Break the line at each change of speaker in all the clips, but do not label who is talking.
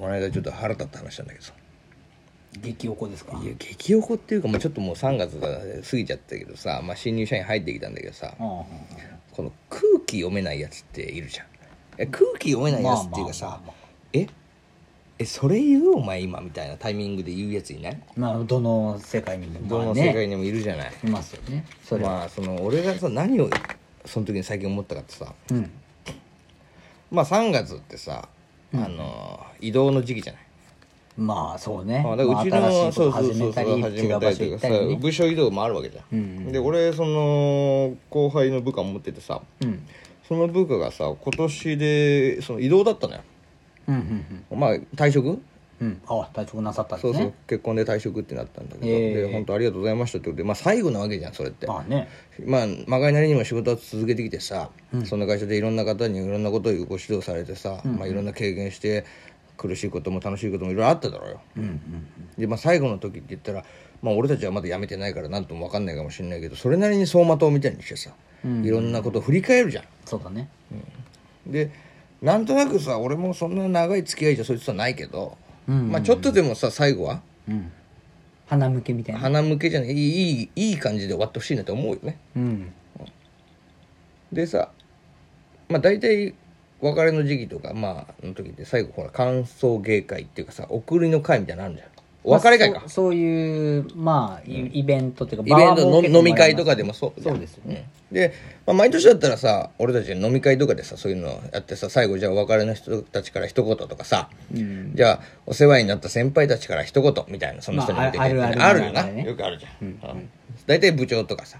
この間ちょっと腹立った話したんだけどさ
激おこですか
いや激おこっていうかもうちょっともう3月が過ぎちゃったけどさ、まあ、新入社員入ってきたんだけどさ
うんうんうん
この空気読めないやつっているじゃんえ空気読めないやつっていうかさ、
まあまあまあ
ええそれ言うお前今みたいなタイミングで言うやついない
まあどの世界にも
ど
まあ
の世
ね
界にもいるじゃない、
いますよねそれは
まあその俺がさ何をその時に最近思ったかってさ
うん
まあ3月ってさ、あの移動の時期じゃない
まあそうね
まあ、だからう
まあ
ちの、
新しいこ
そうそ
と
う
始
そう
めたり
そう始
違
め
う
た
場
りと
所行
か
った
さ
りね
部署移動もあるわけじゃん、
うんうんうん
で俺その後輩の部下持っててさ
うん
その部下がさ今年でその移動だったのよ
うんうんうん
まあ退職
うんあ退職なさったんで
そう
す
そう、
ね
結婚で退職ってなったんだけど、
ええ
で本当ありがとうございましたってことで、まあ、最後なわけじゃんそれって、
まあね
まあまがいなりにも仕事は続けてきてさ、そんな会社でいろんな方にいろんなことをご指導されてさ、まあ、いろんな経験して苦しいことも楽しいこともいろいろあっただろうよ
うんうん
で、まあ、最後の時って言ったら、まあ、俺たちはまだ辞めてないから何とも分かんないかもしれないけどそれなりに走馬灯みたいにしてさ、いろんなことを振り返るじゃん
そうだね
でなんとなくさ俺もそんな長い付き合いじゃそいつとはないけど、
うんうん
まあ、ちょっとでもさ最後は
うん鼻向けみたいな
鼻向けじゃないいいいいいい感じで終わってほしいなって思うよね
うん
でさまあ大体別れの時期とかまあの時って最後ほら歓送迎会っていうかさ送りの会みたいなのあるじゃんお別れ会
ま
か
あ、そうそういうまあイイベントっていう
イ
か
ベント
場
の
を設けてもらいます
飲み会とかでもそう
そうですよね
ね、うんで、まあ、毎年だったらさ俺たち飲み会とかでさそういうのやってさ最後じゃあお別れの人たちから一言とかさ、
うん
じゃあお世話になった先輩たちから一言みたいなその人に向けて、
まああるある
あるよな、
あるね
よくあるじゃん、うん大体部長とかさ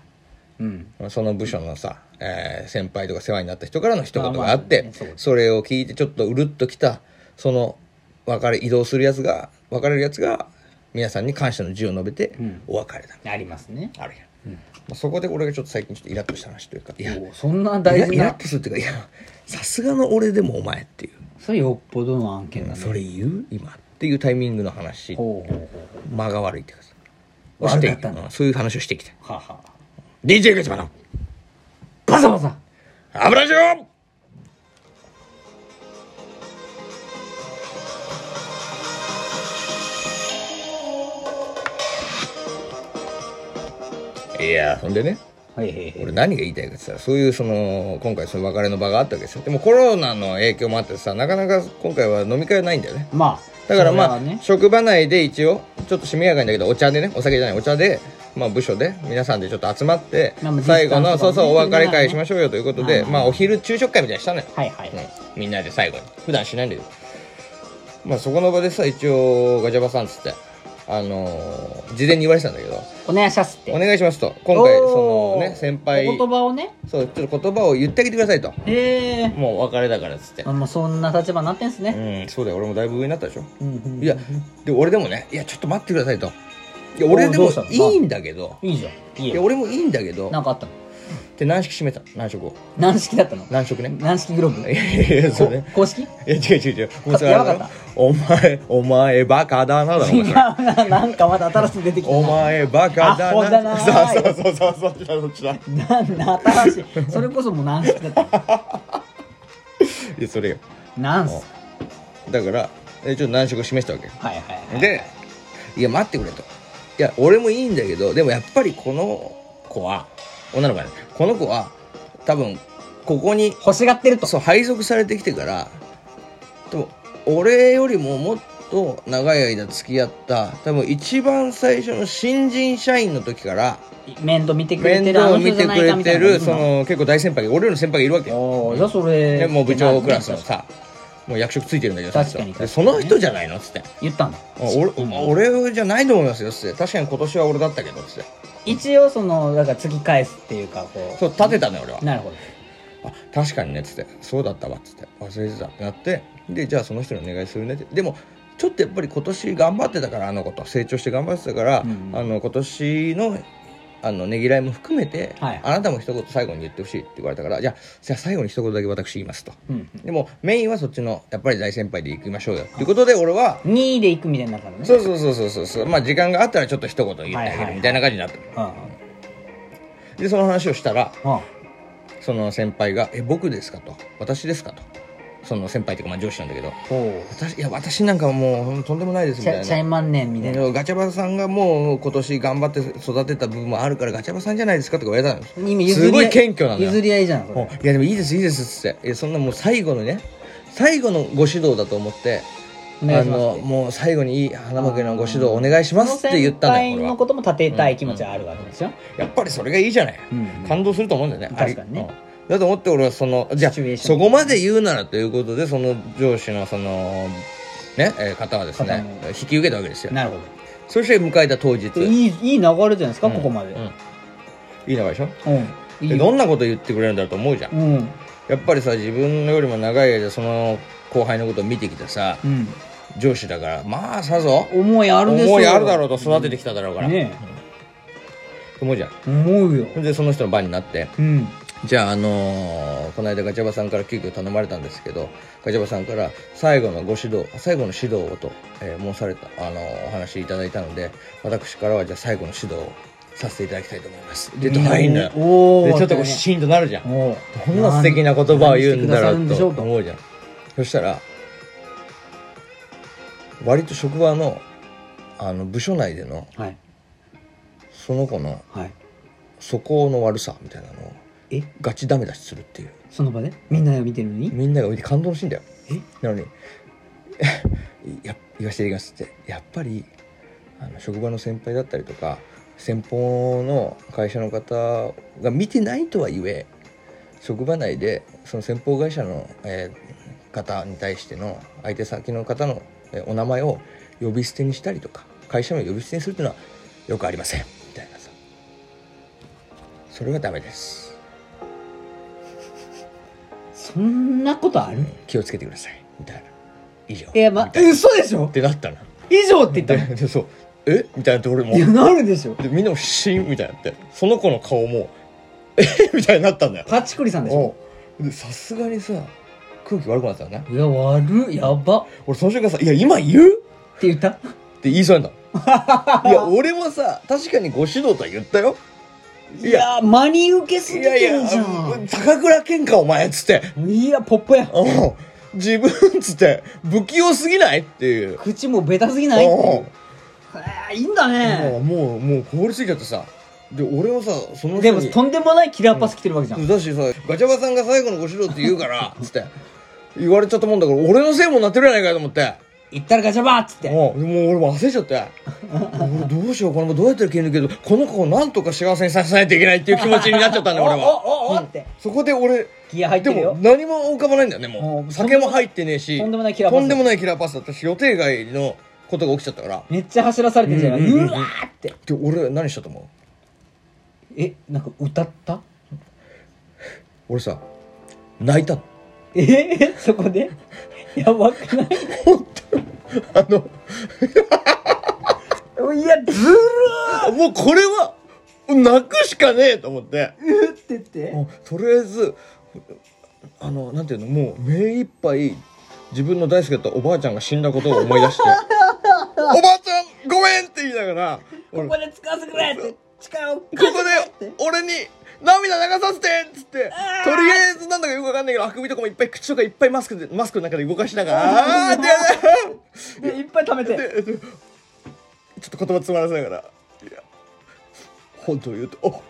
うん
その部署のさ、えー先輩とか世話になった人からの一言があっ
まあま
て
あそうね
それを聞いてちょっとうるっときたその別れ移動するやつが別れるやつが皆さんに感謝の辞を述べてお別れだ、
ありますね
あるやん、まあ、そこで俺がちょっと最近ちょっとイラッとした話というかいや
おそんな大
イラ
事
イラッ
な
とするっていうかいやさすがの俺でもお前っていう、
それよっぽどの案件だね
それ言う今っていうタイミングの話
ほうほうほう
間が悪いっていうかさ
悪か
し
ってた
い
んだ
うんそういう話をしてきた
はは
DJ ガチャマの
バサバサ
油塩いやそんでね
はいはいはい
俺何が言いたいかって言ったらそういうその今回その別れの場があったわけですよでもコロナの影響もあってさなかなか今回は飲み会はないんだよね
まあ
だからまあ、
それはね
職場内で一応ちょっとしめやかにだけどお茶でねお酒じゃないお茶で、まあ、部署で皆さんでちょっと集まって、
まあまあ
最後の、
ディス
そ
タ
う
ンスとかもね
そうお別れ会しましょうよということ
はい
で、
はい
まあ、お昼昼食会みたいにしたのよ、
はいはいはい
うんみんなで最後に普段しないんだけど、まあ、そこの場でさ一応ガチャバさんっつって、あのー事前に言われてたんだけど
お願いしますって
「お願いします」と今回そ
おー
のね先輩
お言葉をね
そうちょっと言葉を言ってあげてくださいと
へえ
もうお別れだからっつって
あもうそんな立場になってんすね
うんそうだよ俺もだいぶ上になったでしょ
うんうん
いやで俺でもねいやちょっと待ってくださいといや俺で
お
も
うどうした
いいんだけど
いいじゃんい
い
い
や
よ
俺もいいんだけど
なんかあったの
って軟式締めた軟色を
軟式だったの
軟色ね
軟式グロー ブ
いやいやいやそうね
こ公式違
いや違う違う違うもうそれ
やばかった
あのお前お前バカだなだろお
う
前
ななんかまだ新しい出てきたな
お前バカ
アホだ
だな
な
そうそうそうそうそうそうそうそう
なんだ新しいそれこそもう軟式だった の
いやそれよ
なんす
だからえちょっと軟色示したわけよ
はいはいはい
でいや待ってくれといや俺もいいんだけどでもやっぱりこの子は女の子やねこの子は多分ここに
欲しがってると
そう配属されてきてからと俺よりももっと長い間付き合った多分一番最初の新人社員の時から
面倒見てくれて
面
る
倒
あ
を
の
見
人じ
て
ゃな
く
い
れ
かみた
て
いな
るその結構大先輩俺より先輩がいるわけよ
おーじゃあそれ
でもう部長クラスのさもう役職ついてるんだけどさ
確かに確かに
でその人じゃないのっつって
言ったんだ
あ俺俺じゃないと思いますよっつって確かに今年は俺だったけどっつって
一応そのだから突き返すっていうかこ
そう立てたのよ俺は
うなるほど
あ確かにねっつってそうだったわっつって忘れてたってなってでじゃあその人にお願いするねってでもちょっとやっぱり今年頑張ってたからあの子と成長して頑張ってたから、
うん
あの今年のあのねぎらいも含めて、
はい
あなたも一言最後に言ってほしいって言われたからじゃあじゃあ最後に一言だけ私言いますと
うん
でもメインはそっちのやっぱり大先輩で行きましょうよっていうことで俺は
2位で行くみたいになったのね
そうそうそうそうそうそうまあ時間があったらちょっと一言言って
はい
あ
は
げ
い
るみたいな感じになった、
うんうん
でその話をしたら
うん
その先輩が「え僕ですか?」と「私ですか?」と「その先輩というかまあ上司なんだけど
お
私いや私なんかもうとんでもないですみ
チ
たい
ャ
な
チャイマンネンみたいな
ガチャバさんがもう今年頑張って育てた部分もあるからガチャバさんじゃないですかとか言われたの
今譲り
す
合
ごい謙虚なのよ
譲り合いじゃんそ
も
れ
ういやでもいいですいいですっつっていやそんなもう最後のね最後のご指導だと思って
お願いします
のもう最後にいい花巻のご指導お願いしますって言ったんだよ
その先輩
俺
の
は
ことも立てたい気持ちはあるわけでしょ、
やっぱりそれがいいじゃない、
うん
感動すると思うんだよね
確かにね
ありうんだと思って俺はそのじゃあ
シチュエーショ
そ
ン
こまで言うならということでその上司のそのね、えー方はです
方
ね
も
引き受けたわけですよ
なるほ
そして迎えた当日
どいいいい流れじゃないですか、ここまで
うんいい流れでしょ
うんい
で
い
どんなこと言ってくれるんだろうと思うじゃん
うん
やっぱりさ自分よりも長い間その後輩のことを見てきたさ
うん
上司だからまあさぞ
思いあるでしょ
思いあるだろうと育ててきただろうから、
ね
思うじゃん
え思うよ
それでその人の番になって
うん
じゃああのーこの間ガチャバさんから急遽頼まれたんですけどガチャバさんから最後のご指導最後の指導をと、えー申された、あのーお話いただいたので私からはじゃあ最後の指導をさせていただきたいと思いますでと入んだよで
おお
ちょっとこうシーンとなるじゃん
おう
こんな素敵な言葉を言うんだろ
何
う
してくさるんでしょ
と
うと
思うじゃんそしたら割と職場のあの部署内での
はい
その子の
はい
素行の悪さみたいなのを
え
ガチダメ出しするっていう
その場でみんなが見てるのに
みんなが見て感動のシーンだよ
え
なのに や言わせていただきますってやっぱりあの職場の先輩だったりとか先方の会社の方が見てないとはゆえ職場内でその先方会社の、えー方に対しての相手先の方の、えーお名前を呼び捨てにしたりとか会社名を呼び捨てにするというのはよくありませんみたいなさそれがダメです
そんなことある
気をつけてくださいみたいな以上
いやま
みたいな
嘘でしょ
ってなったな
以上って言ったの
ででそうえみたいになって俺も
いやなるでしょ
でみんなもシーンみたいになってその子の顔もえみたいになったんだよ
パチクリさんでしょ
おでさすがにさ空気悪くなってたのね
いや悪いやばっ
俺その瞬間さ「いや今言う?」
って言った
って言いそうになん だいや俺もさ確かにご指導とは言ったよ
いや真に受けすぎ
いやい
てる
や
じゃん
高倉健かお前っつって
いやポップや
うん自分っつって不器用すぎないっていう
口もベタすぎないっていう
うん
へえいいんだ
も
ね
うもう凍りついちゃってさで俺もさその人
でも
に
とんでもないキラーパス来てるわけじゃん
だしさガチャバさんが最後のご指導って言うからつって言われちゃったもんだから俺のせいもなってるやないかと思って
行ったらガチャバーっつって
もうでも俺も焦っちゃって俺どうしようこれもどうやって切るけどこの子をなんとか幸せにさせないといけないっていう気持ちになっちゃったんだよ俺は
おおおおって
そこで俺
ギア入っ
で
てる
も
よ
何も浮かばないんだよねも
も
う
う
酒も入ってねえし
とんでもないキラーパス
とんでもないキラーパスだったし予定外のことが起きちゃったから
めっちゃ走らされてるじゃな
うんうんうんう
い
ん
うわーって
で俺何したと思う
えなんか歌った
俺さ泣いたの
えそこでやばくない
あの
いやずる
もうこれは泣くしかねえと思って
ーって言って
もうとりあえずあのなんていうのもう目いっぱい自分の大好きだったおばあちゃんが死んだことを思い出しておばあちゃんごめんって言いながら
こ
俺こ
こで使わせてくれって力をこ
こで俺に涙流させてっつってとりあえずなんだかよくわかんないけどあくびとかもいっぱい口とかいっぱいマスクでマスクの中で動かしながらあーってやる
でいっぱい貯めて
ででちょっと言葉詰まらせながらいや本当を言うとお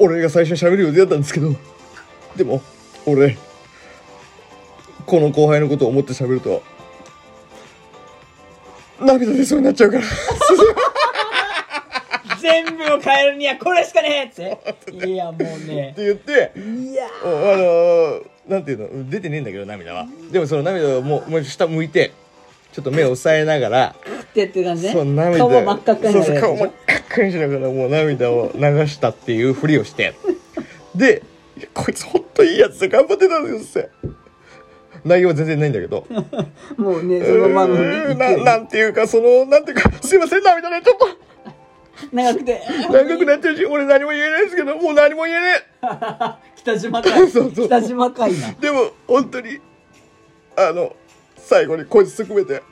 俺が最初に喋る予定だったんですけどでも俺この後輩のことを思って喋ると涙出そうになっちゃうから
全部を変えるにはこれしかねえっていやもうね
って言って
いや
おあのーなんていうの出てねえんだけど涙はでもその涙をもうもう下向いてちょっと目を押さえながら
ってって感じね
そう涙
顔は真っ赤っかに
そう
な
そう
る
顔真っ赤っかにしながらもう涙を流 したっていうふりをしてでいやこいつほんといいやつで頑張ってたんですよ内容は全然ないんだけ ど
もうねそのまま
う
のね
ーんななんていうかそのなんていうかすいません涙ねちょっと
長くて
長くなってるし俺何も言えないですけどもう何も言えね
北島 海
そうそう
北島海な
えでも本当にあの最後にこいつ含めて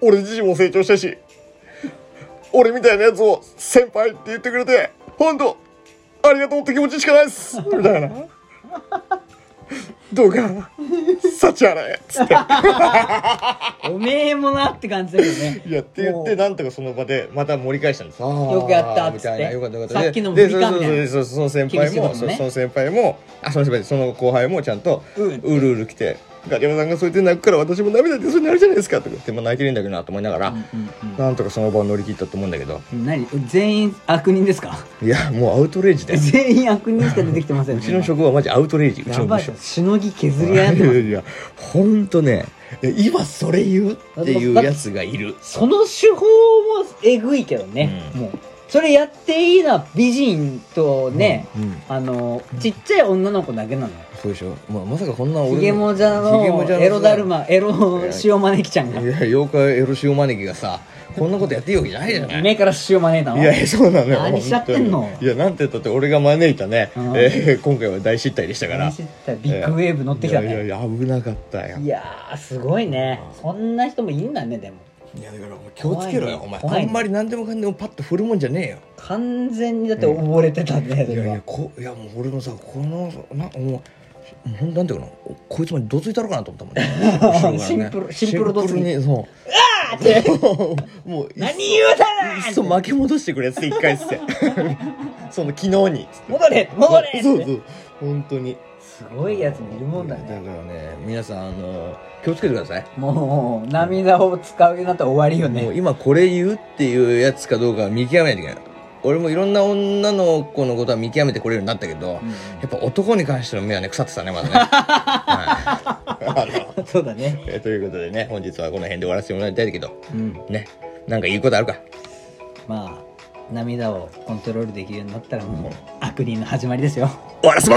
俺自身も成長したし俺みたいなやつを先輩って言ってくれて本当ありがとうって気持ちしかないっすみたいなどうか幸あれっつって
おめえもなって感じだけどね
やって言ってなんとかその場でまた盛り返したんですよ
よくやったっつ
み
って
たいなよかったよかった
さっきのも
で
見たみたいな
でそうそうそうそうその先輩も
厳しい
そ
こともね
その先輩もあその先輩その後輩もちゃんと
うん
うるうる来て「ガチャマさんがそうやって泣くから私も涙出そうになるじゃないですか」とか言って、まあ、泣いてるんだけどなと思いながら、
う
なんとかその場を乗り切ったと思うんだけど
んうん何全員悪人ですか
いやもうアウトレイ ジだよ
全員悪人しか出てきてません
う
ね
ちの職場マジアウトレイジうち
や
の
ば
部
い
署
しのぎ削り合って
いや
ます
いやほんとねえ今それ言うっていうやつがいる
その手法もえぐいけどね、
うん
もうそれやっていいのは美人とね、
うんうん
あのちっちゃい女の子だけなのよ
そうでしょ、まあ、まさかこんな俺
ヒゲモジャ
ヒゲモ
の
ジャ
エロダル
い
マエロ塩招きちゃんが
や妖怪エロ塩招きがさこんなことやっていいわけじゃないじゃない
目から塩招いたの
いやいやそうなのよ
何しちゃってんの
本当にいやなんて言ったって俺が招いたね、
うん
えー今回は大失態でしたから
何してたビッグウェーブ乗ってきたね
いやいやいや危なかったよ
いやーすごいねそんな人もいるんだねでも
いやだからお前気をつけろよ、
怖いね
お前
怖いね
あんまり何でもかんでもパッと振るもんじゃねえよ
完全にだって溺れてたんだよ
い
そ
やい
れは
やこいやもう俺もさこのなもうもうなんていうのこいつまでどついたろかなと思った もんね後ろからね
シンプルシンプルどつい
シンプルにそう
あーって
もういっ
何言う
い
たな
っ
ー
そ巻き戻してくれっつって一回っ つってその昨日に
戻れ戻れ
そう
って
そう本当に
すごいやつもいるもんだ
いやだ
ね
からね皆さんあの気をつけてください
もう涙を使うようになったら終わりよ
もう
ね
今これ言うっていうやつかどうかは見極めないといけない俺もいろんな女の子のことは見極めてこれるようになったけど、やっぱ男に関しての目はね腐ってたねまだね、はいあ の
そうだね
えということでね本日はこの辺で終わらせてもらいたいけど
うん
ねなんか言うことあるか
まあ涙をコントロールできるようになったらもう悪人の始まりですよ
終わらせます